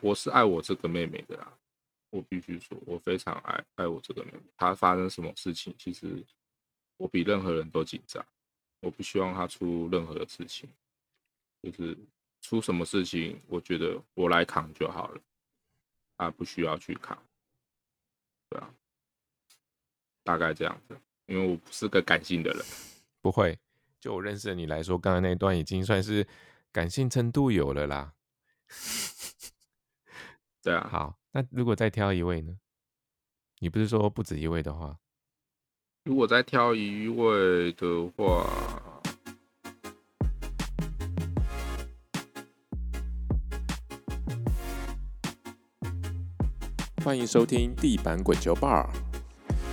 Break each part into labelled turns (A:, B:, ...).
A: 我是爱我这个妹妹的啦，我必须说，我非常爱爱我这个妹妹。她发生什么事情，其实我比任何人都紧张，我不希望她出任何的事情，就是出什么事情，我觉得我来扛就好了，她不需要去扛，对啊，大概这样子，因为我不是个感性的人。
B: 不会，就我认识的你来说，刚才那一段已经算是感性程度有了啦。
A: 对啊，
B: 好，那如果再挑一位呢？你不是说不止一位的话，
A: 如果再挑一位的话，
B: 欢迎收听地板滚球 Bar，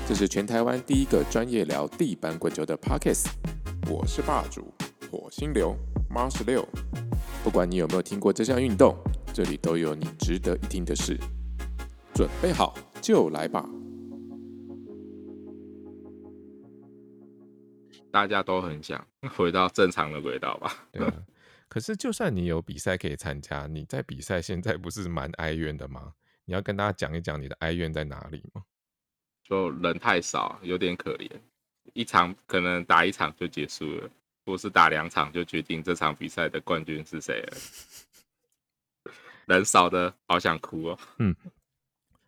B: 这是全台湾第一个专业聊地板滚球的 Pockets。我是霸主火星流 Mar 十六，不管你有没有听过这项运动，这里都有你值得一听的事。准备好就来吧！
A: 大家都很想回到正常的轨道吧？
B: 对啊，可是就算你有比赛可以参加，你在比赛现在不是蛮哀怨的吗？你要跟大家讲一讲你的哀怨在哪里吗？
A: 就人太少，有点可怜。一场可能打一场就结束了，或是打两场就决定这场比赛的冠军是谁了。人少的好想哭哦。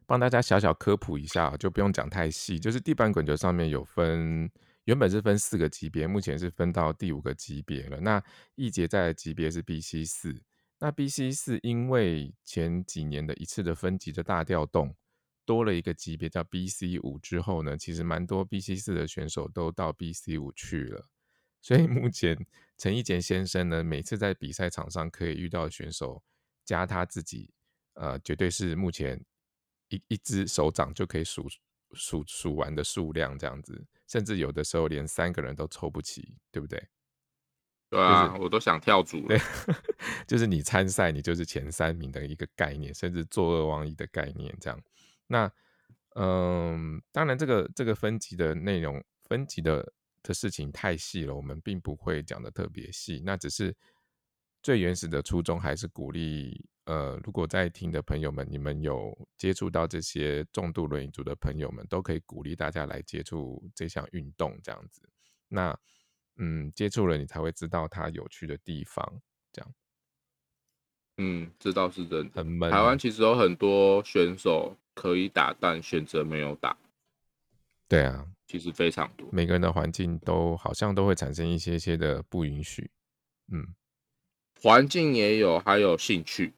B: 帮大家小小科普一下，啊就不用讲太细。就是地板滚球上面有分，原本是分四个级别，目前是分到第五个级别了。那一节在的级别是 BC 四，那 BC 四因为前几年的一次的分级的大调动，多了一个级别叫 BC 五之后呢，其实蛮多 BC 四的选手都到 BC 五去了。所以目前陈义杰先生呢，每次在比赛场上可以遇到的选手，加他自己，呃，绝对是目前一一只手掌就可以数数数完的数量这样子，甚至有的时候连三个人都凑不齐，对不对？
A: 对啊，我都想跳组了
B: 对。， 就是你参赛，你就是前三名的一个概念，甚至坐二望一的概念这样。那嗯，当然这个这个分级的内容，分级的的事情太细了，我们并不会讲的特别细。那只是最原始的初衷，还是鼓励呃，如果在听的朋友们，你们有接触到这些重度轮椅族的朋友们，都可以鼓励大家来接触这项运动这样子。那嗯，接触了你才会知道它有趣的地方。
A: 嗯，这倒是真的。
B: 很闷啊、
A: 台湾其实有很多选手可以打，但选择没有打，
B: 对啊，
A: 其实非常多。
B: 每个人的环境都好像都会产生一些些的不允许。嗯
A: 环境也有，还有兴趣。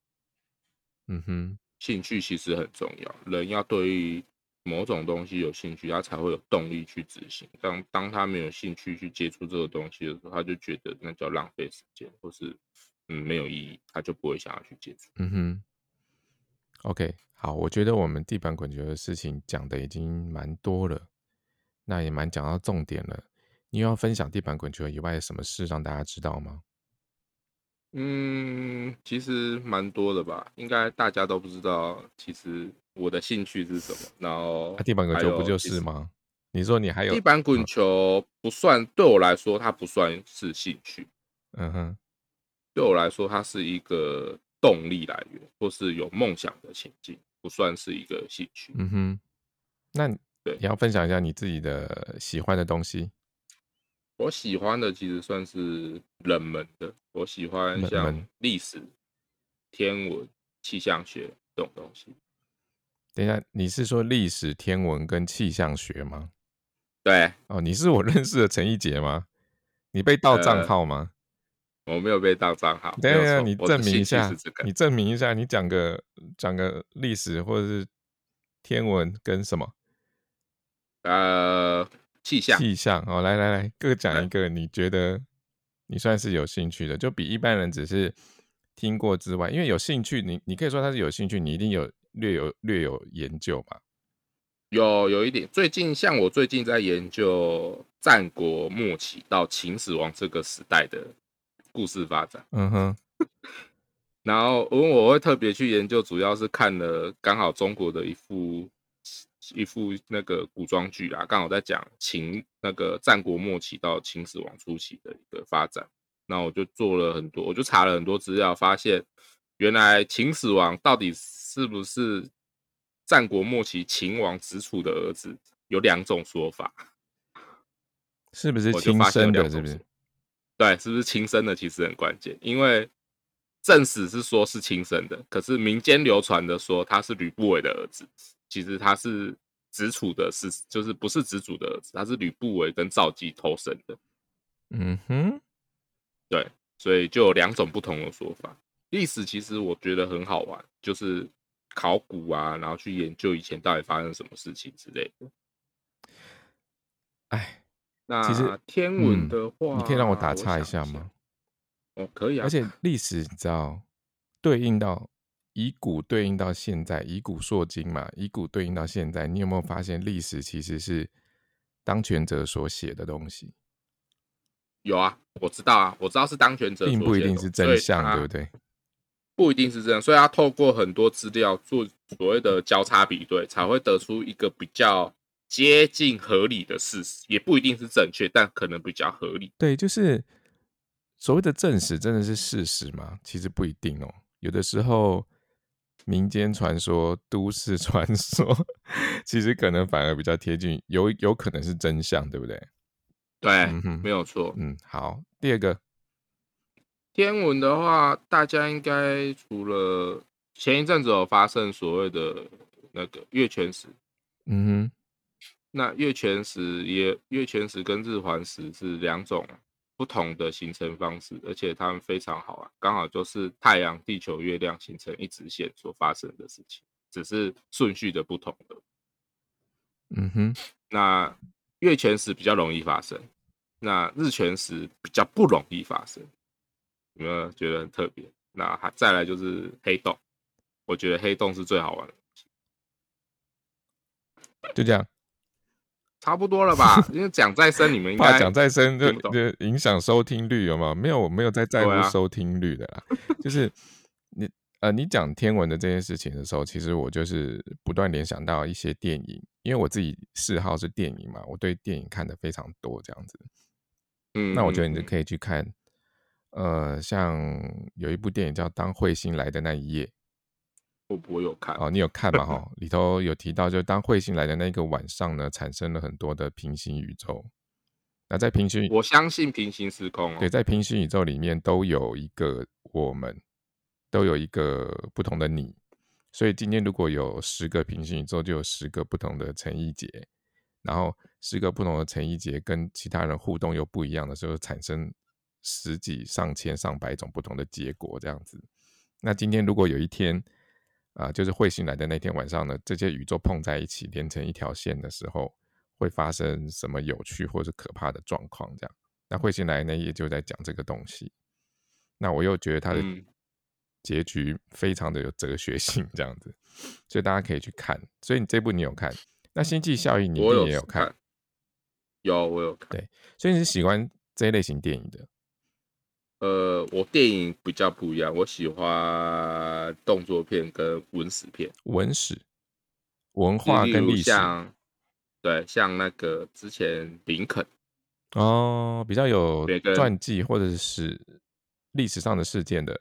B: 嗯哼，
A: 兴趣其实很重要，人要对于某种东西有兴趣，他才会有动力去执行。当当他没有兴趣去接触这个东西的时候，他就觉得那叫浪费时间，或是嗯没有意义，他就不会想要去接触。
B: 嗯哼。OK，好，我觉得我们地板滚球的事情讲的已经蛮多了，那也蛮讲到重点了。你有要分享地板滚球以外的什么事让大家知道吗？
A: 嗯，其实蛮多的吧，应该大家都不知道，其实我的兴趣是什么。然后
B: 啊，地板滚
A: 还
B: 球不
A: 有
B: 就
A: 其
B: 是
A: 实
B: 吗？你说你还有嗯
A: 地板滚球不算对我来说，它不算是兴趣，
B: 嗯哼，
A: 对我来说，它是一个动力来源，或是有梦想的前进，不算是一个兴趣。
B: 嗯哼，那你
A: 对
B: 要分享一下你自己的喜欢的东西。
A: 我喜欢的其实算是冷门的，我喜欢
B: 冷
A: 像
B: 门
A: 历史、天文、气象学这种东西。
B: 等一下，你是说历史、天文跟气象学吗？
A: 对
B: 哦，你是我 认识的陈一杰吗？你被盗账
A: 呃
B: 号吗？
A: 我没有被当账号，
B: 等一
A: 没有
B: 下，
A: 错
B: 啊你
A: 我的
B: 证明一
A: 兴趣
B: 下
A: 是这，个
B: 你证明一下，你讲个讲个历史或者是天文跟什么
A: 呃气象。
B: 气象哦，来来来，各讲
A: 来
B: 一个，你觉得你算是有兴趣的，就比一般人只是听过之外，因为有兴趣，你你可以说他是有兴趣，你一定有略有略有研究嘛。
A: 有有一点，最近像我最近在研究战国末期到秦始皇这个时代的故事发展，
B: 嗯哼，
A: 然后因为我会特别去研究，主要是看了刚好中国的一部一部那个古装剧啦，刚好在讲秦那个战国末期到秦始皇初期的一个发展。那我就做了很多，我就查了很多资料，发现原来秦始皇到底是不是战国末期秦王子楚的儿子？有两种说法，
B: 是不是
A: 我就
B: 亲
A: 发现有两
B: 生的？是不
A: 种
B: 是
A: 说？对，是不是亲生的其实很关键，因为正史是说是亲生的，可是民间流传的说他是吕不韦的儿子，其实他是子楚的是，就是不是子楚的儿子，他是吕不韦跟赵姬偷生的，
B: 嗯哼，
A: 对，所以就有两种不同的说法。历史其实我觉得很好玩，就是考古啊，然后去研究以前到底发生什么事情之类的。
B: 哎，其实
A: 那天文
B: 嗯
A: 的话，
B: 你可以让我打
A: 我
B: 岔
A: 想一
B: 一下
A: 下，
B: 吗？
A: 哦，可以啊，
B: 而且历史你知道对应到以古对应到现在，以古烁今嘛，以古对应到现在，你有没有发现历史其实是当权者所写的东西，
A: 有啊，我知道啊，我知道是当权者
B: 并
A: 所
B: 不一
A: 写
B: 定
A: 的
B: 是
A: 所
B: 真
A: 以
B: 相，对
A: 他
B: 不对？
A: 不一定是这样，所以他透过很多资料做所谓的交叉比对，才会得出一个比较接近合理的事实，也不一定是正确，但可能比较合理。
B: 对，就是所谓的正史真的是事实吗？其实不一定哦，有的时候民间传说、都市 传说，其实可能反而比较贴近，有有可能是真相，对不对？
A: 对，
B: 嗯哼，
A: 哎没有错。
B: 嗯，好，第二个，
A: 天文的话，大家应该除了前一阵子有发生所谓的那个月全食，
B: 嗯哼，
A: 那月全食也月全食跟日环食是两种不同的形成方式，而且它们非常好玩，刚好就是太阳、地球、月亮形成一直线所发生的事情，只是顺序的不同的。
B: 嗯哼，
A: 那月全食比较容易发生，那日全食比较不容易发生，有没有觉得很特别？那还再来就是黑洞，我觉得黑洞是最好玩的，
B: 就这样。
A: 差不多了吧？因为讲再深你们应
B: 怕
A: 该
B: 讲再深就
A: 听不懂，
B: 就影响收听率有没有？没有，我没有在在
A: 对
B: 乎
A: 啊，
B: 收听率的啦。 就是你呃，你讲天文的这件事情的时候，其实我就是不断联想到一些电影，因为我自己嗜好是电影嘛，我对电影看的非常多这样子。
A: 嗯
B: 那我觉
A: 嗯
B: 得你就
A: 嗯，
B: 可以去看，呃，像有一部电影叫《当彗星来的那一夜》，
A: 我我有看。
B: 哦，你有 看嘛？哈，里头有提到，就当彗星来的那个晚上呢，产生了很多的平行宇宙。那在平行
A: 我相信平行时空
B: 对，
A: 哦，
B: 在平行宇宙里面都有一个我们，都有一个不同的你，所以今天如果有十个平行宇宙，就有十个不同的陈一杰，然后十个不同的陈一杰跟其他人互动又不一样的时候，产生十几、上千、上百种不同的结果，这样子。那今天如果有一天，啊、就是彗星来的那天晚上呢，这些宇宙碰在一起，连成一条线的时候，会发生什么有趣或是可怕的状况？这样。那彗星来那一页就在讲这个东西。那我又觉得它的
A: 嗯，
B: 结局非常的有哲学性，这样子，所以大家可以去看。所以你这部你有看，那《星际效应》你一
A: 我
B: 定
A: 有
B: 也有看，
A: 看，有我有看，
B: 对，所以你是喜欢这一类型电影的。
A: 呃，我电影比较不一样，我喜欢动作片跟文史片，
B: 文史、文
A: 例
B: 化
A: 例
B: 跟
A: 如
B: 历史
A: 像，对，像那个之前林肯，
B: 哦，比较有
A: 别跟
B: 传记或者是历史上的事件的。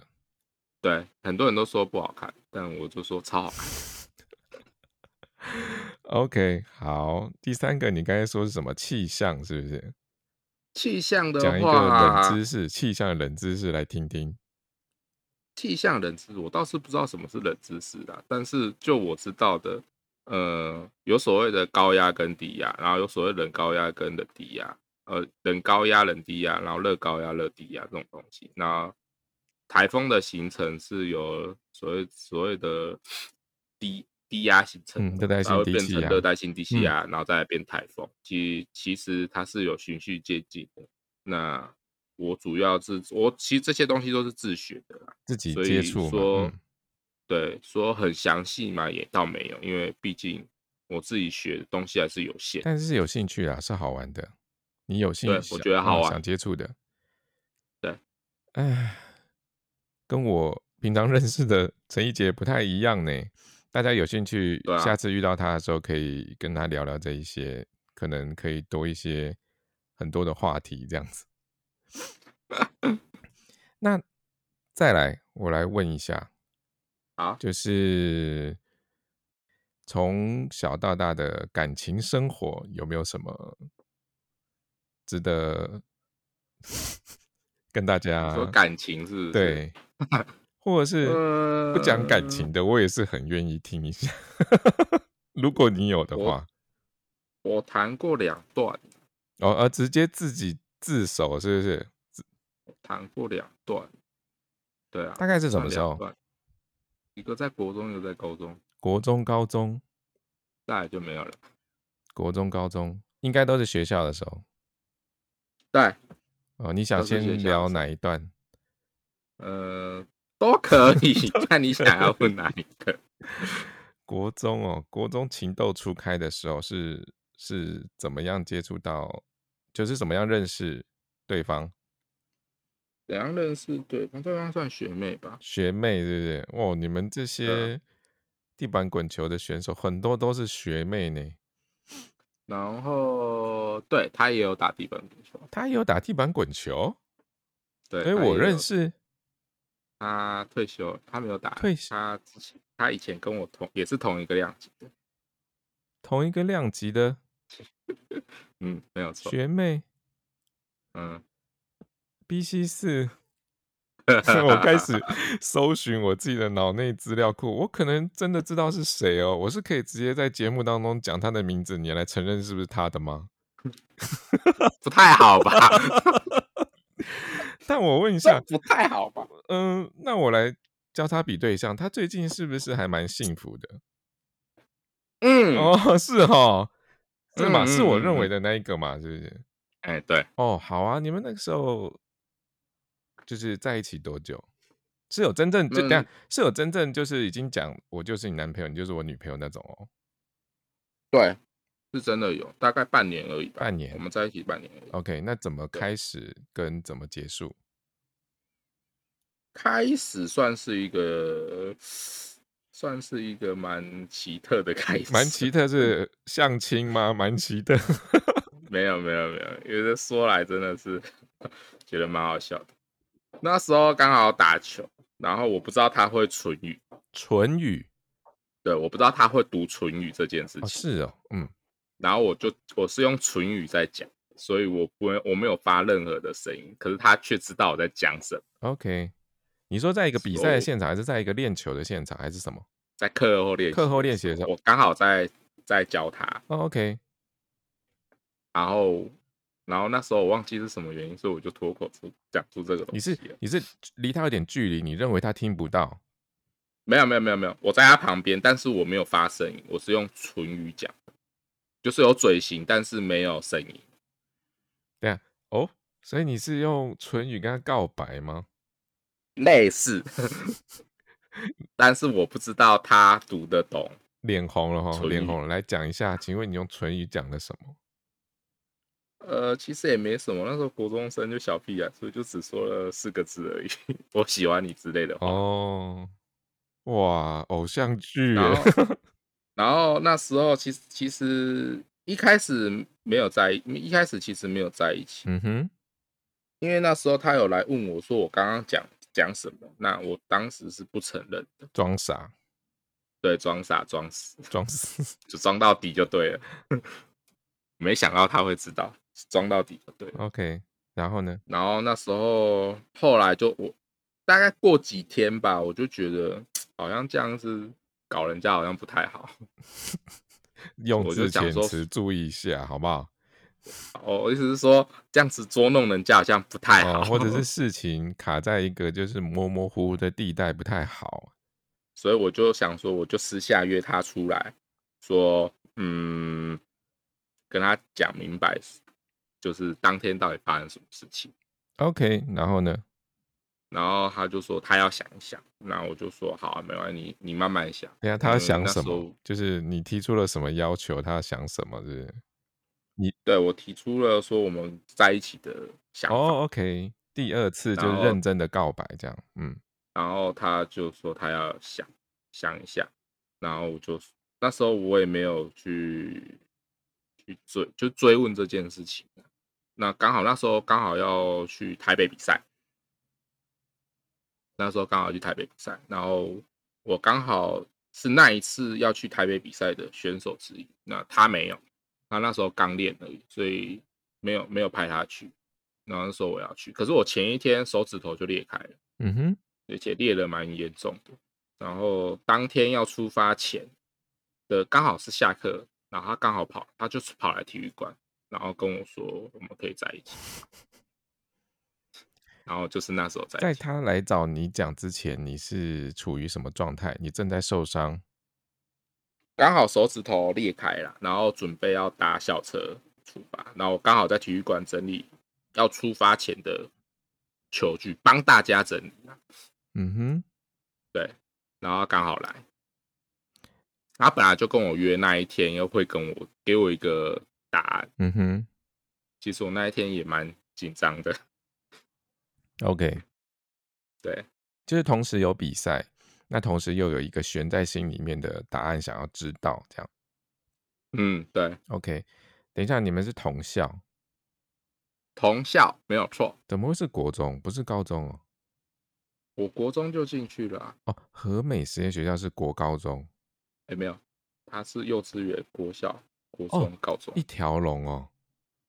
A: 对，很多人都说不好看，但我就说超好看。
B: OK，好，第三个你刚才说是什么气象？是不是
A: 气象的
B: 讲一个冷
A: 话，
B: 知识？气象的冷知识来听听。
A: 气象冷知识我倒是不知道什么是冷知识啦，但是就我知道的，呃，有所谓的高压跟低压，然后有所谓冷高压跟冷低压，呃，冷高压、冷低压，然后热高压、热低压这种东西。那台风的形成是由所谓所谓的低低压形成
B: 嗯，
A: 的，
B: 热带
A: 它
B: 性
A: 会
B: 低
A: 变
B: 气
A: 成热
B: 压。
A: 带性低气
B: 嗯
A: 压，然后再变台风。其其实它是有循序渐进的。那我主要是我其实这些东西都是自学的啦，
B: 自己
A: 所
B: 接
A: 以
B: 触嘛，
A: 说
B: 嗯，
A: 对说很详细嘛也倒没有，因为毕竟我自己学的东西还是有限。
B: 但是是有兴趣啦，是好玩的。你有兴
A: 对我
B: 想
A: 觉得好
B: 嗯
A: 玩，
B: 想接触的，
A: 对，
B: 唉，跟我平常认 识的陈一杰不太一样呢。大家有兴趣，
A: 对
B: 下
A: 啊，
B: 次遇到他的时候，可以跟他聊聊这一些，可能可以多一些很多的话题这样 子。那再来，我来问一下，
A: 啊，
B: 就是从小到大的感情生活有没有什么值得 跟大
A: 你说
B: 家
A: 感情是不呃是，
B: 啊对，或者是不讲感情的，我也是很愿意听一下。 如果你有的
A: 我
B: 话，
A: 我谈过两段，
B: 哦，呃，直接自己自首是不是？
A: 谈过两段，对啊，
B: 大概是什
A: 算
B: 么时
A: 两
B: 候？
A: 段？一个在国中，一个在高中，
B: 国中、高中、
A: 再来就没有了。
B: 国中、高中，应该都是学校的时候。
A: 对，
B: 哦，你想
A: 都是学
B: 先
A: 校的
B: 聊
A: 时
B: 哪一段？
A: 呃，都可以， 看你想要问哪一个。
B: 国中哦，国中情窦初开的时候是是怎么样接触到，就是怎么样认识对方
A: 怎样认识对方？对方算学妹吧？
B: 学妹，对不对？哦，你们这
A: 对啊
B: 些地板滚球的选手很多都是学妹呢。
A: 然后对他也有打地板足球，
B: 她也有打地板滚球，
A: 对，
B: 所以
A: 他
B: 我
A: 也
B: 认
A: 有
B: 识
A: 他退休了，他没有打了，
B: 退休
A: 他之前他以前跟我同也是同一个量级的，
B: 同一个量级的
A: 嗯，没有错，
B: 学妹
A: 嗯，
B: B C 四。我开始搜寻我自己的脑内资料库，我可能真的知道是谁哦。我是可以直接在节目当中讲他的名字，你来承认是不是他的吗？
A: 不太好吧？
B: 但我问一
A: 这
B: 下，
A: 不太好 吧？
B: 嗯、那我来交叉比对一下，他最近是不是还蛮幸福的？
A: 嗯，
B: 哦，是哈，是嘛？
A: 嗯
B: 是我认为
A: 嗯嗯
B: 的那一个嘛，是不是？
A: 哎、对，
B: 哦，好啊，你们那个时候就是在一起多久？是有真正就等一下
A: 嗯
B: 是有真正就是已经讲我就是你男朋友，你就是我女朋友那种哦，
A: 对，是真的有，大概半年而已吧，
B: 半年哦
A: 我。们在一起半年而已。
B: OK，那怎么
A: 对
B: 开始跟怎么 结束？
A: 开始算是一个，算是一个蛮奇特的开始。
B: 蛮奇特是相亲吗？蛮奇特，
A: 没有没有没有，有的说来真的是觉得蛮好笑的。那时候刚好打球，然后我不知道他会 唇语，
B: 唇语
A: 对，我不知道他会读唇语这件事
B: 哦，
A: 情，
B: 是哦，嗯，
A: 然后我就我是用唇语在讲，所以我不会我没有发任何的声音，可是他却知道我在讲什么，
B: OK，你说在一个比赛
A: 所以
B: 的
A: 我
B: 现场，还是在一个练球的现场，还是什么？
A: 在课后练习
B: 课后练习的时候、
A: 我刚好在在教他，
B: 哦、，OK，
A: 然后然后那时候我忘记是什么原因，所以我就脱口出讲出这个东
B: 你
A: 西
B: 是
A: 了。
B: 你是离他有点距离，你认为他听不到
A: 没有没有没有没有，我在他旁边，但是我没有发声音，我是用唇语讲，就是有嘴型，但是没有声音。
B: 哦，所以你是用唇语跟他告白吗？
A: 类 似， 但是我不知道他读得懂。
B: 脸红了哈，
A: 唇
B: 脸
A: 语
B: 红了，来讲一下，请问你用唇语讲的什么？
A: 呃，其实也没什么，那时候国中生就小屁孩，所以就只说了四个字而已，我喜欢你之类的话。
B: 哦，哇，偶像剧耶，
A: 然后 然后那时候其实其实一开始没有在，一开始其实没有在一起，
B: 嗯哼。
A: 因为那时候他有来问我说我刚刚讲讲什么，那我当时是不承认的。
B: 装傻，
A: 对，装傻装死，
B: 装死。
A: 就装到底就对了。 没想到他会知道，装到底就对了。
B: OK，然后呢？
A: 然后那时候后来就我大概过几天吧，我就觉得好像这样是搞人家好像不太好。
B: 用
A: 我就
B: 字
A: 想
B: 遣
A: 说
B: 词注意一下，好 不好？
A: 哦，我意思是说这样子捉弄人家好像不太好，
B: 哦，或者是事情卡在一个就是模模糊糊的地带，不太好。
A: 所以我就想说，我就私下约他出来，说，嗯，跟他讲明白，就是当天到底发生什么事情。
B: OK，然后呢？
A: 然后他就说他要想一想，那我就说好啊，没关系，你你慢慢想。
B: 等一下
A: 因
B: 他
A: 为
B: 想
A: 啊那
B: 什
A: 时
B: 么
A: 候？
B: 就是你提出了什么要求，他想什么，是不是？
A: 对我提出了说我们在一起的想法，
B: 哦，OK，第二次就
A: 然
B: 是
A: 后
B: 认真的告白，这样。嗯，
A: 然后他就说他要想想一下，然后我就那时候我也没有去去追就追问这件事情。那刚好那时候刚好要去台北比赛，那时候刚好去台北比赛，然后我刚好是那一次要去台北比赛的选手之一，那他没有，他那时候刚练而已，所以没有没有派他去。然后那时候我要去，可是我前一天手指头就裂开了，
B: 嗯哼，
A: 而且裂的蛮严重的。然后当天要出发前的刚好是下课，然后他刚好跑，他就跑来体育馆，然后跟我说我们可以在一起。然后就是那时候在
B: 在
A: 一起，
B: 他来找你讲之前，你是处于什么状态？你正在受伤，
A: 刚好手指头裂开了，然后准备要搭校车出发，然后我刚好在体育馆整理要出发前的球具，帮大家整理啊
B: 嗯哼，
A: 对，然后刚好来，他本来就跟我约那一天，又会跟我给我一个答案。
B: 嗯哼
A: 其实我那一天也蛮紧张的，
B: ，OK，
A: 对
B: 就是同时有比赛，那同时又有一个悬在心里面的答案想要知道，这样
A: 嗯，对，
B: OK。等一下，你们是同校，
A: 同校没有错，
B: 怎么会是国中？不是高中哦？
A: 我国中就进去了、啊，
B: 哦，和美实验学校是国高中，
A: 哎，没有，他是幼稚园、国校、国
B: 哦
A: 中、高中，
B: 一条龙哦。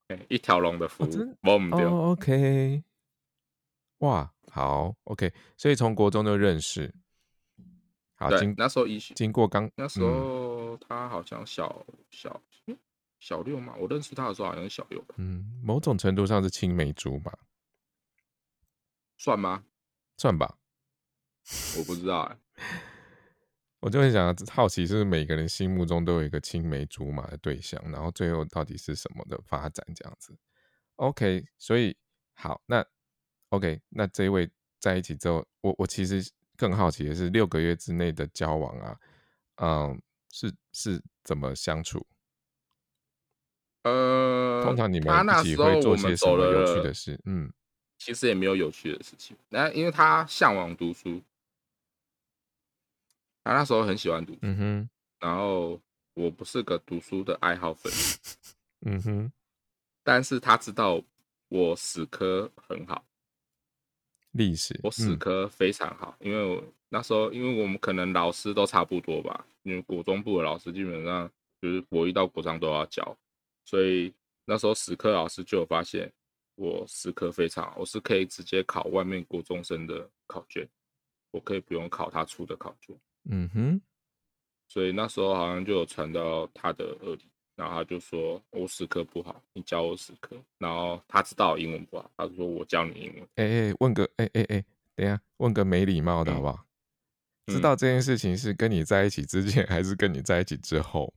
A: 哎，一条龙的服务，
B: 真
A: 我们掉，
B: 哦，OK，哇，好，OK，所以从国中就认识，好，
A: 对
B: 经，
A: 那时候一
B: 经过刚
A: 那时
B: 嗯
A: 候他好像小小嗯小六嘛，我认识他的时候好像是小六吧，
B: 嗯，某种程度上是青梅竹马，
A: 算吗？
B: 算吧。
A: 我不知道、哎。
B: 我就很想好奇，是不是每个人心目中都有一个青梅竹马的对象，然后最后到底是什么的发展这样子？OK，所以好，那 OK，那这一位在一起之后，我我其实更好奇的是六个月之内的交往啊，嗯，是是怎么相处？
A: 呃，
B: 通常你们
A: 他
B: 一
A: 那
B: 起
A: 时
B: 会
A: 候
B: 做
A: 我
B: 些
A: 们
B: 什
A: 走
B: 么
A: 了，
B: 有趣的事？嗯，
A: 其实也没有有趣的事情。那因为他向往读书，他那时候很喜欢读书，
B: 嗯哼，
A: 然后我不是个读书的爱好分子，
B: 嗯哼，
A: 但是他知道我史科很好，
B: 历史，
A: 我史
B: 嗯
A: 科非常好，因为我那时候因为我们可能老师都差不多吧，因为国中部的老师基本上就是国一到国三都要教，所以那时候史科老师就有发现我史科非常好，我是可以直接考外面国中生的考卷，我可以不用考他出的考卷，
B: 嗯哼，
A: 所以那时候好像就有传到他的耳里，然后他就说我史科不好，你教我史科，然后他知道我英文不好，他就说我教你英文，
B: 哎、哎、问个哎哎哎，等一下问个没礼貌的
A: 嗯
B: 好不好？知
A: 嗯
B: 道这件事情是跟你在一起之前， 还是跟你在一起之后？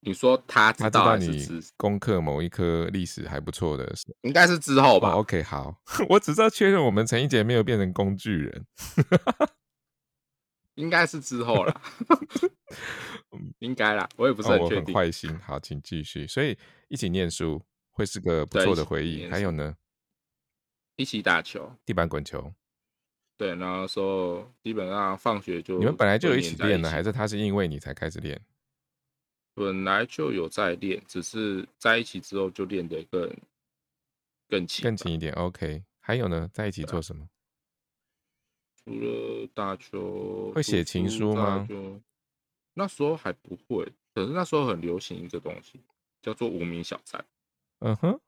A: 你说他知
B: 他知
A: 道
B: 道
A: 还是
B: 你
A: 知？
B: 功课某一科历史还不错的时
A: 应该是之后
B: 候。
A: 吧。
B: 哦，OK，好， 我只知道确认我们陈一杰没有变成工具人。
A: 应该是之后 啦，嗯应该啦，我也不是
B: 哦，
A: 很
B: 我
A: 确
B: 很
A: 定。
B: 坏心。好，请继续。所以一起念书会是个不
A: 对，一
B: 错的
A: 起
B: 回忆。
A: 念
B: 还有
A: 书，
B: 呢，
A: 一起打球，
B: 地板滚球，
A: 对，然后说基本上放学就
B: 你们本来就
A: 会
B: 有一
A: 黏
B: 起
A: 在一
B: 练呢，
A: 起
B: 还，是他是因为你才开始练？
A: 本来就有在练，只是在一起之后就练得更更勤
B: 更
A: 吧。
B: 近一点，OK。还有呢，在一起做什么？
A: 除了打球、读
B: 会写情
A: 书，
B: 书
A: 再来
B: 吗？
A: 就那时候还不会，可是那时候很流行一个东西，叫做无名小站，
B: 嗯哼，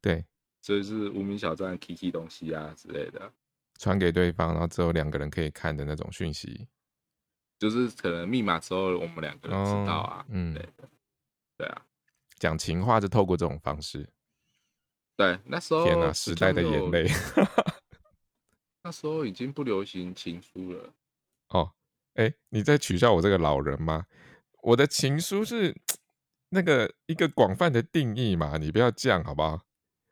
B: 对，
A: 所以是无名小站 Kiki 东西啊之类的。
B: 传给对方，然后只有两个人可以看的那种讯息。
A: 就是可能密码之后我们两个人知道
B: 哦
A: 啊，，
B: 嗯
A: 对，对啊，
B: 讲情话就透过这种方式。
A: 对，那时
B: 天呐、
A: 候比
B: 时
A: 较
B: 代的
A: 没
B: 眼
A: 有，
B: 泪
A: 那时候已经不流行情书了，
B: 哦！哎，你在取笑我这个老人吗？我的情书是那个一个广泛的定义嘛，你不要这样好不好？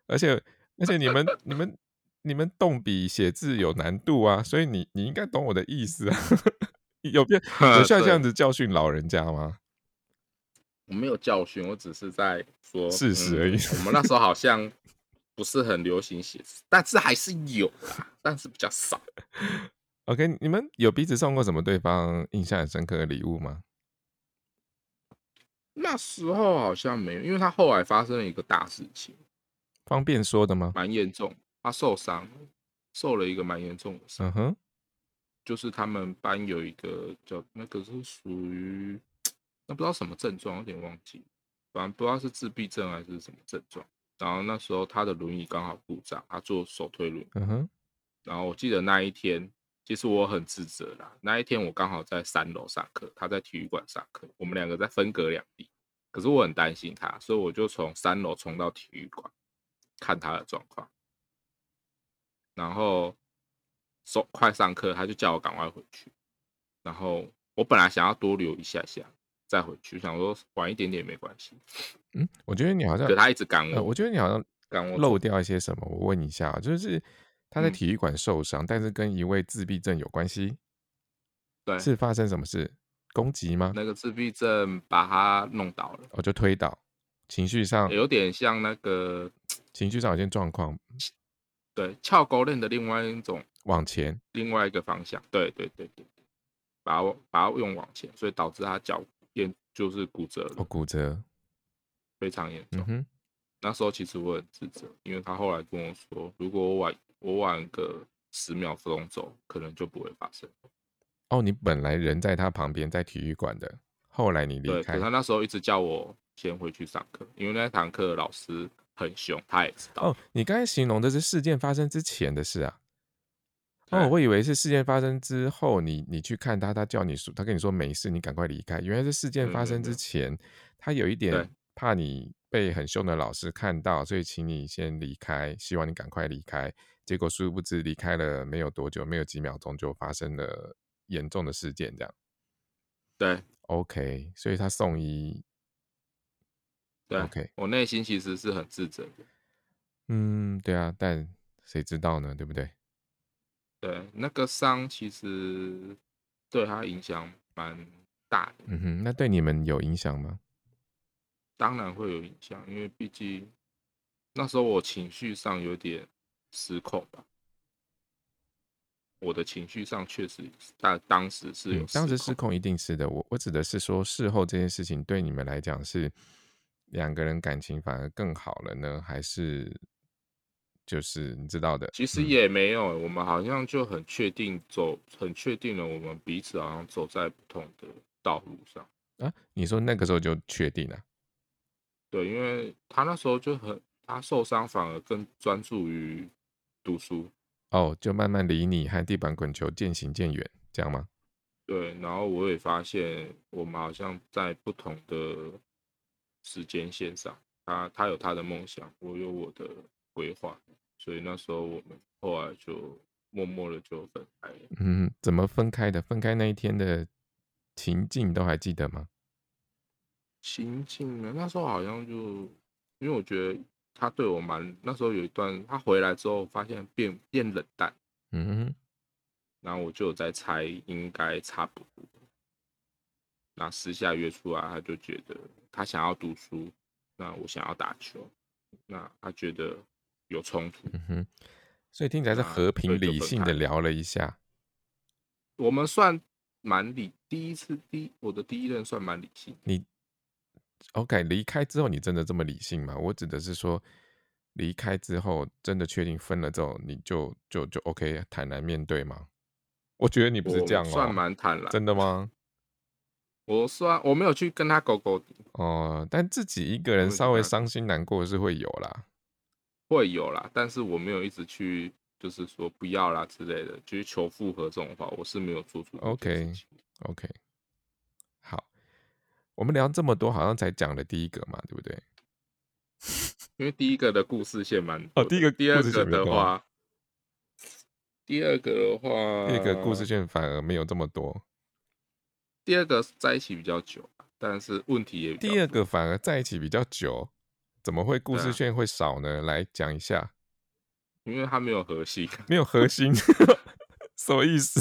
B: 而且而且你们你们你们动笔写字有难度啊，所以你你应该懂我的意思啊。 有必要 有需要这样
A: 呃对，
B: 子教训老人家吗？
A: 我没有教训，我只是在说，
B: 事实而已。
A: 嗯，我们那时候好像不是很流行写字，但是还是有啦，但是比较少。
B: OK，你们有彼此送过什么对方印象很深刻的礼物吗？
A: 那时候好像没有，因为他后来发生了一个大事情，
B: 方便说的吗？
A: 蛮严重，他受伤了，受了一个蛮严重的伤。
B: 嗯嗯哼，
A: 就是他们班有一个叫那个是属于那不知道什么症状，有点忘记，反正不知道是自闭症还是什么症状。然后那时候他的轮椅刚好故障，他坐手推轮。
B: 嗯哼，
A: 然后我记得那一天，其实我很自责啦。那一天我刚好在三楼上课，他在体育馆上课，我们两个在分隔两地。可是我很担心他，所以我就从三楼冲到体育馆看他的状况。然后说快上课，他就叫我赶快回去。然后我本来想要多留一下下再回去，想说晚一点点也没关 系。
B: 嗯，我觉得你好像
A: 可他一直赶
B: 呃，
A: 我，
B: 我觉得你好像
A: 赶我
B: 漏
A: 走。
B: 掉一些什么。我问一下啊，就是他在
A: 嗯，
B: 体育馆受伤，但是跟一位自闭症有关系，
A: 对，
B: 是发生什么事？攻击吗？
A: 那个自闭症把他弄倒了。
B: 哦，就推倒，情绪上
A: 有点像那个
B: 情绪上有些状况，
A: 对翘钩链的另外一种
B: 往前。
A: 另外一个方向，对对对对，把我把它用往前，所以导致他脚变就是骨折
B: 哦，
A: 了，
B: 骨折。
A: 非常严
B: 嗯
A: 重。
B: 哼，
A: 那时候其实我很自责，因为他后来跟我说，如果我晚我晚个十秒钟走，可能就不会发生。
B: 哦，你本来人在他旁边，在体育馆的，后来你离
A: 对，可是
B: 开。
A: 他那时候一直叫我先回去上课，因为那堂课老师很凶，他也知道。
B: 哦，你刚才形容的是事件发生之前的事啊。哦，
A: 对，
B: 我以为是事件发生之后，你你去看他，他叫你说，他跟你说没事，你赶快离开。原来是事件
A: 没有
B: 发
A: 没有
B: 生
A: 没
B: 之
A: 有，
B: 前，他有一点
A: 嗯对
B: 怕你被很凶的老师看到，所以请你先离开，希望你赶快离开。结果殊不知离开了没有多久，没有几秒钟就发生了严重的事件，这样。
A: 对
B: OK，所以他送医。
A: 对，
B: OK，
A: 我内心其实是很自责的。
B: 嗯，对啊，但谁知道呢，对不对？
A: 对，那个伤其实对他影响蛮大的，
B: 嗯哼，那对你们有影响吗？
A: 当然会有影响，因为毕竟那时候我情绪上有点失控吧，我的情绪上确实在当时是
B: 嗯，
A: 有
B: 当
A: 失
B: 时失
A: 控，
B: 控一定是的。我我指的是说，事后这件事情对你们来讲是两个人感情反而更好了呢，还是就是你知道的，
A: 其实
B: 嗯，
A: 也没有，欸我们好像就很确定走，很确定了，我们彼此好像走在不同的道路上。
B: 啊，你说那个时候就确定了，
A: 对，因为他那时候就很，他受伤反而更专注于读书，
B: 哦，就慢慢离你和地板滚球渐行渐远，这样吗？
A: 对，然后我也发现，我们好像在不同的时间线上，他他有他的梦想，我有我的规划，所以那时候我们后来就默默的就分开了。
B: 嗯，怎么分开的？分开那一天的情境都还记得吗？
A: 行进呢，那时候好像就，因为我觉得他对我蛮，那时候有一段他回来之后发现变变冷淡，
B: 嗯哼，
A: 然后我就有在猜，应该差不多。那私下约出来，他就觉得他想要读书，那我想要打球，那他觉得有冲突，
B: 嗯哼，所以听起来是
A: 那
B: 和
A: 所
B: 平
A: 以就
B: 理
A: 分
B: 性
A: 开
B: 的
A: 了。
B: 聊了一下，
A: 我们算蛮理，第一次第一我的第一任算蛮理性的，
B: 你 OK，离开之后你真的这么理性吗？我指的是说，离开之后真的确定分了之后，你就就就 OK，坦然面对吗？我觉得你不是
A: 我
B: 这样
A: 算
B: 哦，
A: 蛮坦然
B: 真的
A: 的。
B: 吗？
A: 我算我没有去跟他勾勾底，
B: 哦，但自己一个
A: 我
B: 人
A: 没有去
B: 稍
A: 跟
B: 微
A: 他勾
B: 伤心难过是会有啦。
A: 会有啦，但是我没有一直去就是说不要啦之类的，就是求复合这种话，我是没有做出这件事
B: OK
A: 情。
B: OK，好，我们聊这么多，好像才讲了第一个嘛，对不对？
A: 因为第一个的故事线蛮
B: 哦，
A: 多
B: 第一
A: 的，
B: 个
A: 第
B: 故
A: 二
B: 事线
A: 个
B: 没
A: 的
B: 多，
A: 话，第二个的
B: 第二个故事
A: 话，
B: 线反而没有这么多，
A: 第二个在一起比较久，啊但是问题也比较
B: 第二
A: 多。
B: 个反而在一起比较久，怎么会故
A: 对
B: 事
A: 啊，
B: 线会少呢？来讲一下。
A: 因为他没有核心。啊
B: 没有核心， 什么意思？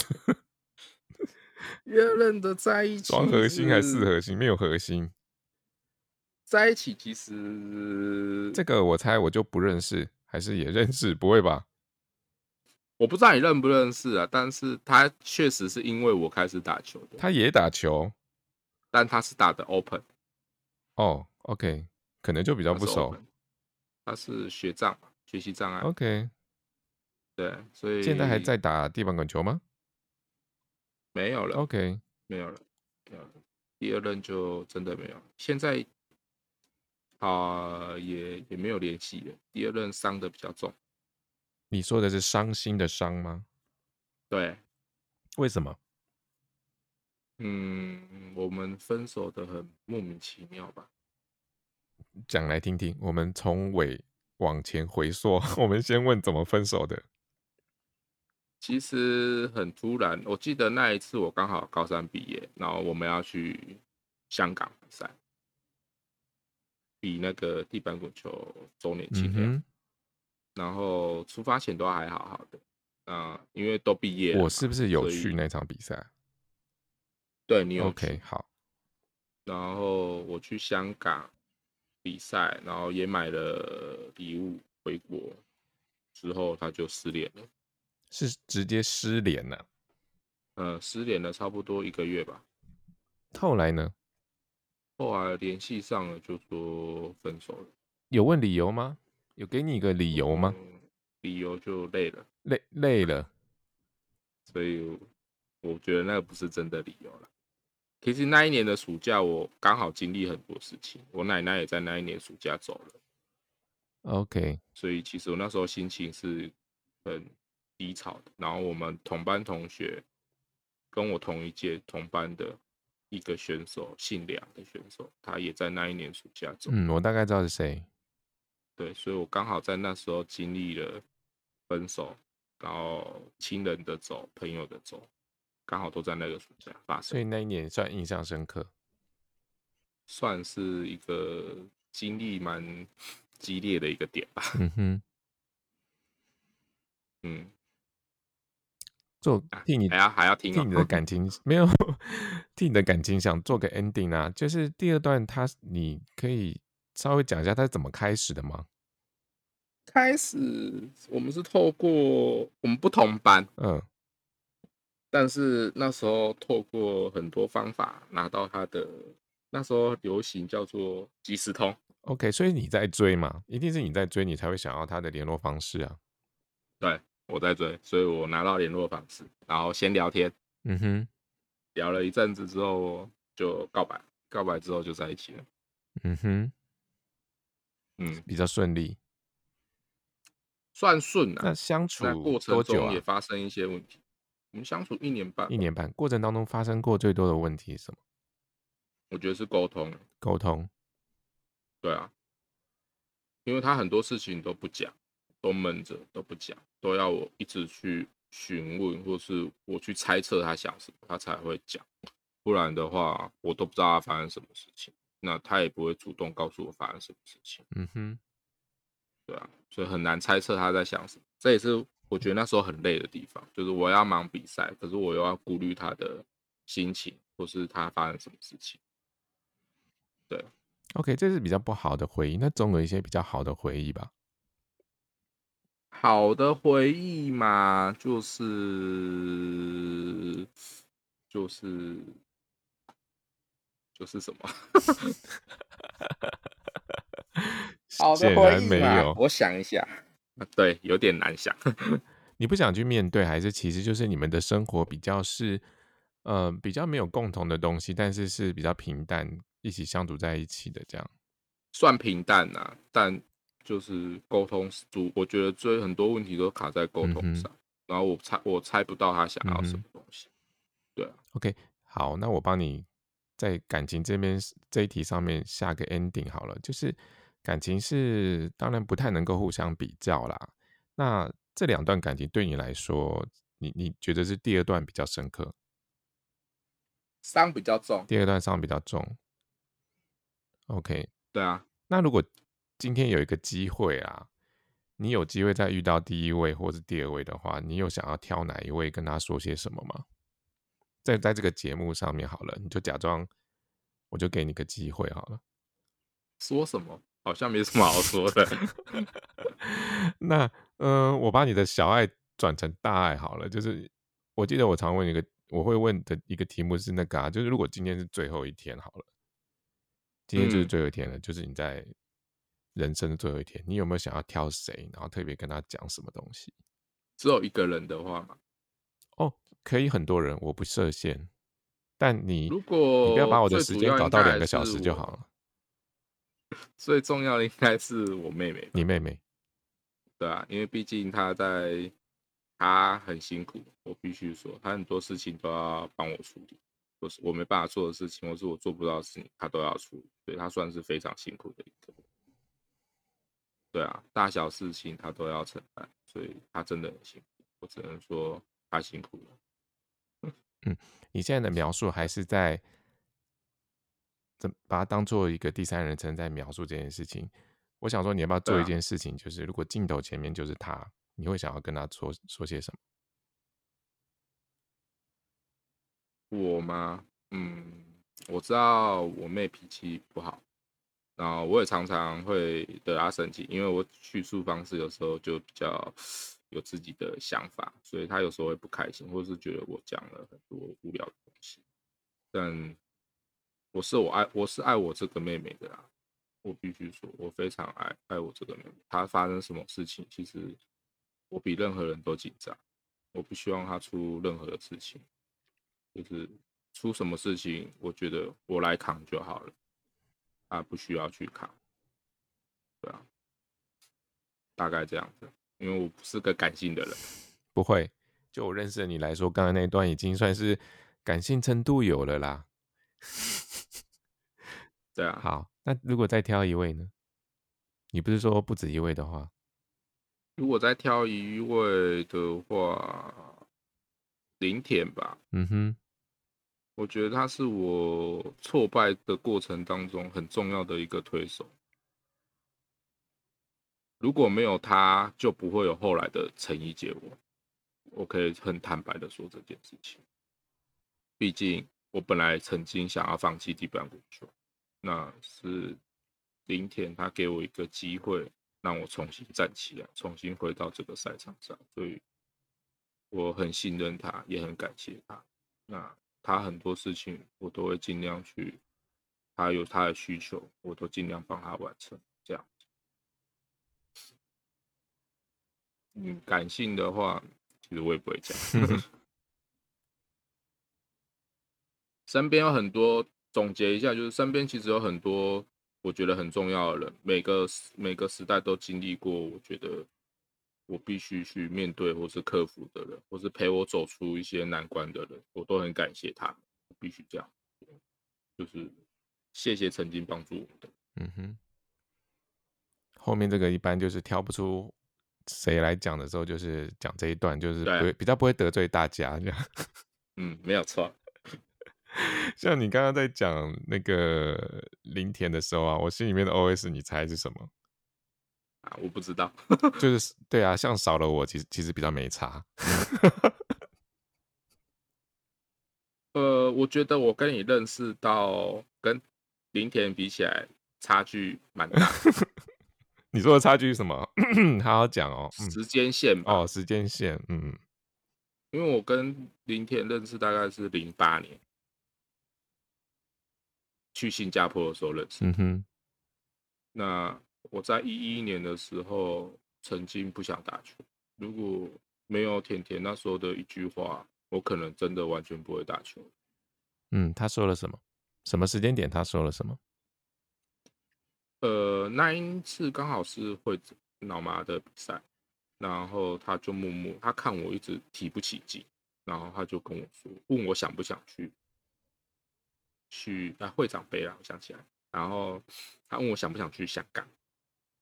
A: 第二任的在一
B: 双
A: 起
B: 核心还是四
A: 是
B: 核心？没有核心，
A: 在一起，其实
B: 这个我猜我就不认识，还是也认识？不会吧？
A: 我不知道你认不认识啊，但是他确实是因为我开始打球的，
B: 他也打球
A: 但他是打的 open，
B: 哦，OK，可能就比较
A: 他
B: 不
A: 是
B: 熟。
A: open，他是学障嘛，学习障碍，
B: OK，
A: 对，所
B: 现在还哦
A: 以
B: 在打地板滚球吗？
A: 没有了，
B: OK，
A: 没有了，没有了。第二任就真的没有了，现在啊、也也没有联系了。第二任伤的比较重，
B: 你说的是伤心的伤吗？
A: 对，
B: 为什么？
A: 嗯，我们分手的很莫名其妙吧？
B: 讲来听听。我们从尾往前回溯， 我们先问怎么分手的。
A: 其实很突然，我记得那一次我刚好高三毕业，然后我们要去香港比赛，比那个地板滚球周年纪
B: 嗯
A: 念。
B: 哼，
A: 然后出发前都还好好的，啊、因为都毕业了嘛，
B: 我是不是有
A: 所以
B: 去那场比赛
A: 对你有去
B: ？OK，好，
A: 然后我去香港比赛，然后也买了礼物回国，之后他就失联了，
B: 是直接失联了、
A: 呃，失联了差不多一个月吧，
B: 后来呢？
A: 后来联系上了就说分手了，
B: 有问理由吗？有给你一个理由吗？
A: 嗯理由就累了，
B: 累累了，
A: 所以我我觉得那个不是真的理由了。其实那一年的暑假，我刚好经历很多事情，我奶奶也在那一年暑假走了。
B: OK，
A: 所以其实我那时候心情是很低潮的。然后我们同班同学，跟我同一届同班的一个选手，姓梁的选手，他也在那一年暑假走。
B: 嗯，我大概知道是谁。
A: 对，所以我刚好在那时候经历了分手，然后亲人的走，朋友的走，刚好都在那个暑假发
B: 所
A: 生，
B: 以那一年算印象深 刻。
A: 算是一个经历蛮激烈的一个点吧。
B: 嗯哼，
A: 嗯，
B: 做
A: 啊
B: 替你
A: 还要还要听
B: 替
A: 啊、
B: 你的感情没有替你的感情想做个 ending 啊，就是第二段他你可以稍微讲一下他是怎么开始的吗？
A: 开始我们是透过我们不同班，
B: 嗯，
A: 但是那时候透过很多方法拿到他的，那时候流行叫做即时通，
B: OK，所以你在追嘛，一定是你在追，你才会想要他的联络方式啊。
A: 对我在追，所以我拿到联络方式，然后先聊天，
B: 嗯哼，
A: 聊了一阵子之后就告白，告白之后就在一起了。
B: 嗯哼，
A: 嗯，
B: 比较顺利。
A: 算顺啊
B: 那，相
A: 那
B: 处
A: 过
B: 多
A: 程
B: 久
A: 中也
B: 啊？
A: 发生一些问题，我们相处一年半
B: 一
A: 吧，
B: 年半过程当中发生过最多的问题是什么？
A: 我觉得是沟通，
B: 沟通。
A: 对啊，因为他很多事情都不讲，都闷着都不讲，都要我一直去询问，或是我去猜测他想什么，他才会讲。不然的话，我都不知道他发生什么事情，那他也不会主动告诉我发生什么事情，
B: 嗯哼，
A: 对啊，所以很难猜测他在想什么。这也是我觉得那时候很累的地方，就是我要忙比赛，可是我又要顾虑他的心情，或是他发生什么事情。
B: OK，这是比较不好的回忆，那总有一些比较好的回忆吧。
A: 好的回忆嘛，就是就是就是什么？ 好的
B: 显
A: 回
B: 然
A: 忆
B: 没
A: 嘛，
B: 有，
A: 我想一下。啊对，有点难想。
B: 你不想去面对，还是其实就是你们的生活比较是，呃，比较没有共同的东西，但是是比较平淡，一起相处在一起的这样。
A: 算平淡呐、但就是沟通主，我觉得最很多问题都卡在沟
B: 嗯哼
A: 通上，然后我猜我猜不到他想要什
B: 嗯
A: 么东西。对啊，
B: OK，好，那我帮你在感情这边这一题上面下个 ending 好了，就是感情是当然不太能够互相比较啦。那这两段感情对你来说，你你觉得是第二段比较深刻，
A: 伤比较重。
B: 第二段伤比较重？OK，
A: 对啊，
B: 那如果今天有一个机会啊，你有机会再遇到第一位或是第二位的话，你有想要挑哪一位跟他说些什么吗？在在这个节目上面好了，你就假装，我就给你个机会好了。
A: 说什么好像没什么好说的。
B: 那嗯、呃我把你的小爱转成大爱好了，就是我记得我常问一个，我会问的一个题目是那个啊，就是如果今天是最后一天好了，今天就是
A: 嗯
B: 最后一天了，就是你在人生的最后一天，你有没有想要挑谁，然后特别跟他讲什么东西？
A: 只有一个人的话嘛，
B: 哦，可以很多人，我不设限，但你
A: 如果
B: 你不要把我的
A: 最
B: 时
A: 主
B: 间
A: 要
B: 搞
A: 应
B: 到
A: 该
B: 两
A: 还
B: 个小
A: 是
B: 时就
A: 我嗯
B: 好了。
A: 最重要的应该是我妹妹吧，
B: 你妹妹，
A: 对啊，因为毕竟她在，她很辛苦，我必须说，她很多事情都要帮我处理，我是我没办法做的事情，或是我做不到的事情，她都要处理，所以她算是非常辛苦的一个。对啊，大小事情她都要承担，所以她真的很辛苦，我只能说她辛苦了。
B: 你现在的描述还是在怎把它当做一个第三人称在描述这件事情。我想说，你要不要
A: 对
B: 做一
A: 啊
B: 件事情，就是如果镜头前面就是他，你会想要跟他说说些什么？
A: 我吗？嗯，我知道我妹脾气不好，然后我也常常会惹她生气，因为我叙述方式有时候就比较有自己的想法，所以她有时候会不开心，或是觉得我讲了很多无聊的东西。但我是我爱我是爱我这个妹妹的啦，我必须说，我非常爱爱我这个妹妹。她发生什么事情，其实我比任何人都紧张，我不希望她出任何的事情。就是出什么事情，我觉得我来扛就好了，啊，不需要去扛，对啊，大概这样子，因为我不是个感性的人，
B: 不会，就我认识的你来说，刚才那一段已经算是感性程度有了啦。
A: 对啊，
B: 好，那如果再挑一位呢？你不是说不止一位的话，
A: 如果再挑一位的话，林田吧，
B: 嗯哼，
A: 我觉得他是我挫败的过程当中很重要的一个推手。如果没有他，就不会有后来的陈怡解我。我可以很坦白的说这件事情。毕竟我本来曾经想要放弃地板滚球，那是林田他给我一个机会，让我重新站起来，重新回到这个赛场上，所以我很信任他，也很感谢他。那他很多事情我都会尽量去，他有他的需求，我都尽量帮他完成。这样，嗯，感性的话，其实我也不会讲。身边有很多，总结一下，就是身边其实有很多我觉得很重要的人，每个时每个时代都经历过，我觉得我必须去面对或是克服的人，或是陪我走出一些难关的人，我都很感谢他们，我必须这样，就是谢谢曾经帮助我的。
B: 嗯哼，后面这个一般就是挑不出谁来讲的时候，就是讲这一段，就是不
A: 对啊
B: 会比较不会得罪大家这样。
A: 嗯，没有错。
B: 像你刚刚在讲那个林田的时候啊，我心里面的 OS 你猜是什么？
A: 啊，我不知道，
B: 就是 对啊，像少了我，其实其实比较没差。
A: 呃，我觉得我跟你认识到跟林田比起来，差距蛮大的，
B: 你说的差距是什么？ 好好讲哦。嗯，
A: 时间线吧，
B: 哦，时间线，嗯，
A: 因为我跟林田认识大概是零八年，去新加坡的时候认识。
B: 嗯哼，
A: 那我在一一年的时候曾经不想打球，如果没有甜甜那时候的一句话，我可能真的完全不会打球。
B: 嗯，他说了什么？什么时间点他说了什么？
A: 呃，那一次刚好是会脑麻的比赛，然后他就默默，他看我一直提不起劲，然后他就跟我说，问我想不想去，去啊会长杯啦，我想起来，然后他问我想不想去香港，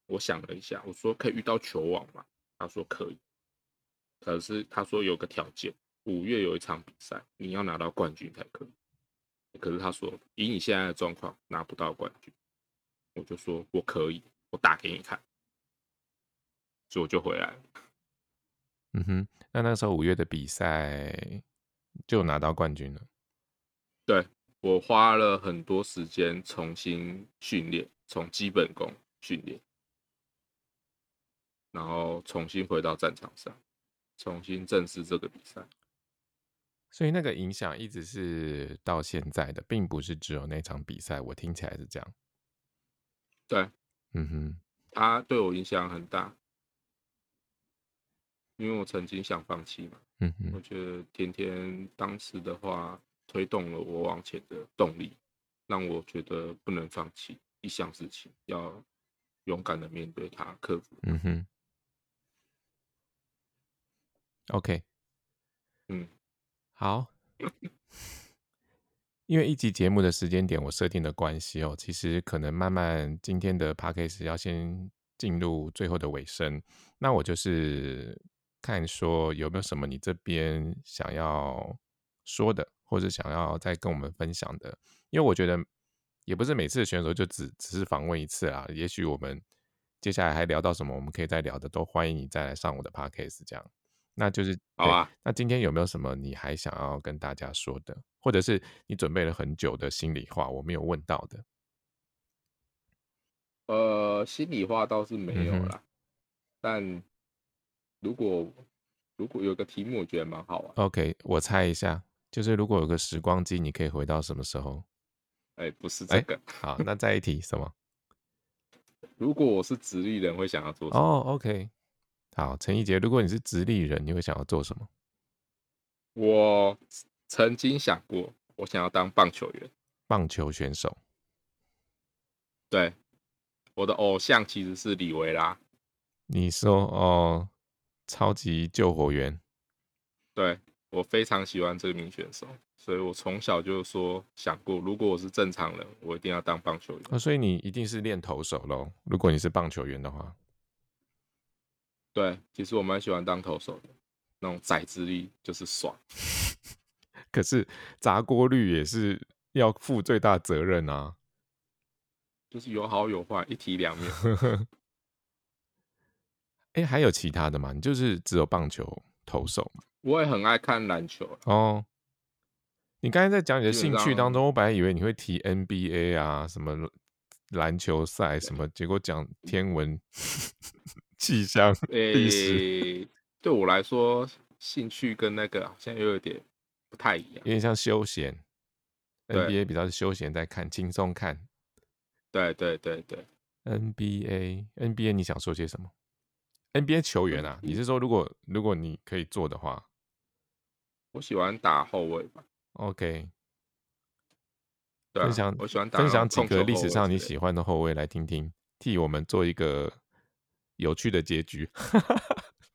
A: 我想了一下，我说可以遇到球王嘛，他说可以，可是他说有个条件，五月有一场比赛，你要拿到冠军才可以。可是他说，以你现在的状况，拿不到冠军。我就说我可以，我打给你看，所以我就回来了。
B: 嗯哼，那那时候五月的比赛就拿到冠军了。
A: 对我花了很多时间重新训练，从基本功训练，然后重新回到战场上，重新正视这个比赛。
B: 所以那个影响一直是到现在的，并不是只有那场比赛。我听起来是这样。
A: 对
B: 嗯哼，
A: 他对我影响很大。因为我曾经想放弃嘛，
B: 嗯
A: 我
B: 哼，
A: 觉得甜甜当时的话推动了我往前的动力，让我觉得不能放弃一项事情，要勇敢的面对它，克服。
B: 嗯哼，OK，
A: 嗯，
B: 好， 因为一集节目的时间点我设定的关系哦，其实可能慢慢今天的 p a c k a g e 要先进入最后的尾声，那我就是看说有没有什么你这边想要说的，或者想要再跟我们分享的，因为我觉得也不是每次的选手就只只是访问一次啦，也许我们接下来还聊到什么，我们可以再聊的，都欢迎你再来上我的 p a c k a g e 这样。那就是
A: 好
B: 对
A: 啊，
B: 那今天有没有什么你还想要跟大家说的，或者是你准备了很久的心里话，我没有问到的？
A: 呃，心里话倒是没有
B: 嗯哼
A: 啦，但如果如果有个题目，我觉得蛮好玩。
B: OK，我猜一下，就是如果有个时光机，你可以回到什么时候？
A: 哎、不是这
B: 哎
A: 个，
B: 好，那再一题什么？
A: 如果我是直立人，会想要做什么？
B: 哦，OK，好，陈奕杰，如果你是直立人，你会想要做什么？
A: 我曾经想过，我想要当棒球员。
B: 棒球选手。
A: 对，我的偶像其实是李维拉。
B: 你说哦，超级救火员。
A: 对我非常喜欢这名选手，所以我从小就说想过，如果我是正常人，我一定要当棒球员。
B: 哦，所以你一定是练投手喽。如果你是棒球员的话，
A: 对，其实我蛮喜欢当投手的，那种宰之力就是爽。
B: 可是砸锅率也是要负最大责任啊。
A: 就是有好有坏，一体两 面。
B: 哎，还有其他的吗？你就是只有棒球投手吗
A: 我也很爱看篮球，
B: 哦。你刚才在讲你的
A: 基本
B: 兴趣当
A: 上
B: 中，我本来以为你会提 NBA 啊，什么篮球赛什么，结果讲天 文、气象、 历史，
A: 诶、对我来说，兴趣跟那个好像又有点不太一样
B: 有。点像休闲。
A: 对
B: NBA 比较是休闲在看，轻松看。
A: 对对对对，
B: NBA NBA 你想说些什么？NBA 球员啊，你是说如果如果你可以做的话
A: 我喜欢打后卫吧，
B: ，OK，
A: 对、
B: 分
A: 啊
B: 享，
A: 我喜欢打
B: 分享几
A: 控球
B: 个历
A: 后
B: 史
A: 卫
B: 上
A: 之
B: 你
A: 类的
B: 喜欢的后卫来听听，替我们做一个有趣的结局。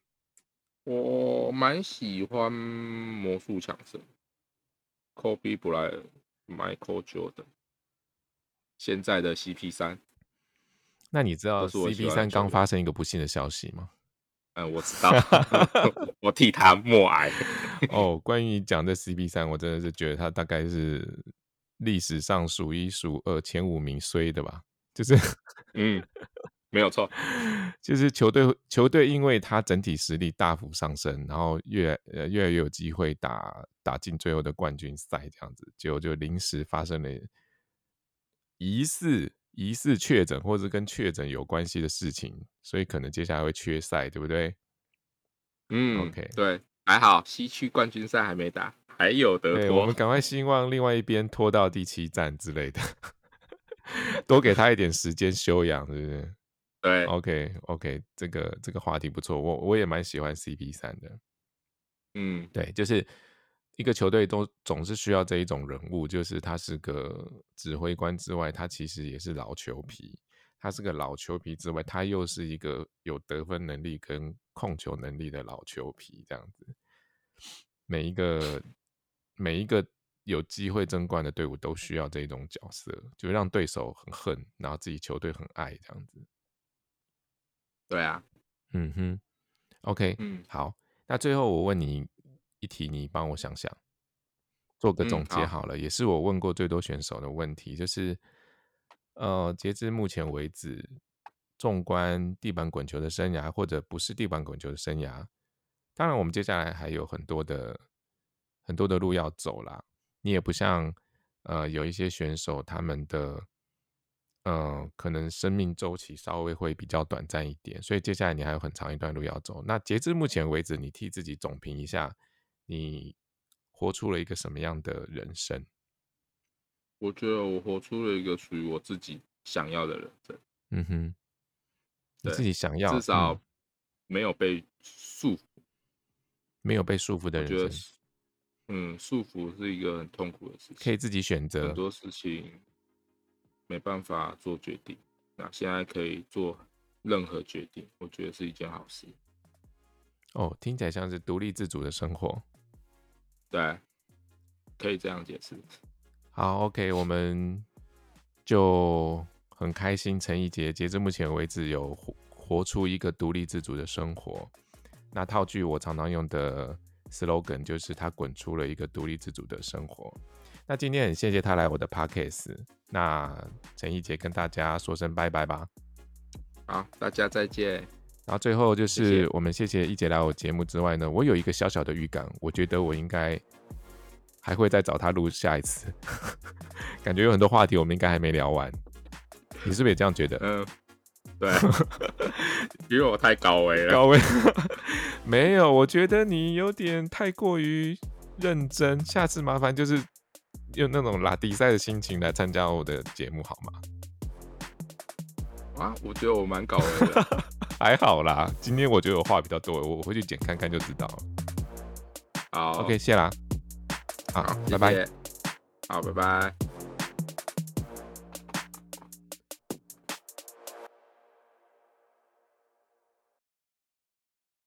A: 我蛮喜欢魔术强森，Kobe Bryant、Michael Jordan，现在的 CP 三，
B: 那你知道
A: 都是我喜欢
B: CP
A: 的
B: 三
A: 球
B: 刚
A: 员
B: 发生一个不幸的消 息吗？
A: 嗯，我 知道，我替他默哀。
B: 哦，关于讲这 CP 三，我真的是觉得他大概是历史上数一数二前五名衰的吧，就是
A: 嗯，没有错，
B: 就是球队球队因为他整体实力大幅上升，然后越来呃越来越有机会打打进最后的冠军赛这样子，结果就临时发生了疑似疑似确诊或是跟确诊有关系的事情，所以可能接下来会缺赛，对不对？
A: 嗯
B: OK
A: 对，还好西区冠军赛还没打，还有得
B: 对，我
A: 拖
B: 们。赶快希望另外一边拖到第七站之类的， 多给他一点时间休养，是不是
A: 对，
B: ？OK OK，这个这个话题不错，我我也蛮喜欢 CP 三的。
A: 嗯，
B: 对，就是一个球队都总是需要这一种人物，就是他是个指挥官之外，他其实也是老球皮。他是个老球皮之外，他又是一个有得分能力跟控球能力的老球皮，这样子。每一个每一个有机会争冠的队伍都需要这一种角色，就让对手很恨，然后自己球队很爱这样子。
A: 对啊，
B: 嗯哼，OK，
A: 嗯
B: 好，那最后我问你一题，你帮我想想，做个
A: 嗯
B: 总结
A: 好
B: 好了，也是我问过最多选手的问题，就是呃，截至目前为止，纵观地板滚球的生涯，或者不是地板滚球的生涯，当然我们接下来还有很多的很多的路要走啦。你也不像呃有一些选手他们的呃可能生命周期稍微会比较短暂一点，所以接下来你还有很长一段路要走。那截至目前为止，你替自己总评一下，你活出了一个什么样的人生？
A: 我觉得我活出了一个属于我自己想要的人生，
B: 嗯哼，你
A: 对
B: 自己想要
A: 至少
B: 嗯
A: 没有被束缚，
B: 没有被束缚的
A: 我觉
B: 人
A: 得
B: 生，
A: 是，嗯，束缚是一个很痛苦的事情，
B: 可以自己选择
A: 很。多事情没办法做决定，那现在可以做任何决定，我觉得是一件好事。
B: 哦，听起来像是独立自主的生活。
A: 对，可以这样解释。
B: 好，OK，我们就很开心，陈奕杰截至目前为止有活活出一个独立自主的生活。那套句我常常用的 slogan 就是他滚出了一个独立自主的生活。那今天很谢谢他来我的 podcast，那陈奕杰跟大家说声拜拜吧。
A: 好，大家再见。
B: 然后最后就
A: 谢
B: 是
A: 谢
B: 我们谢谢一姐来我节目之外呢，我有一个小小的预感，我觉得我应该还会再找她录下一次， 感觉有很多话题我们应该还没聊完，你是不是也这样觉得？
A: 嗯， 对，因为我太 高危了。
B: 高位 没有，我觉得你有点太过于认真，下次麻烦就是用那种拉比赛的心情来参加我的节目好吗？
A: 啊，我觉得我蛮搞危 的。
B: 还好啦，今天我觉得我话比较多，我回去剪看看就知道了。
A: 好
B: OK，谢啦，好，啊
A: 好，
B: 拜拜。
A: 谢谢。好，拜拜。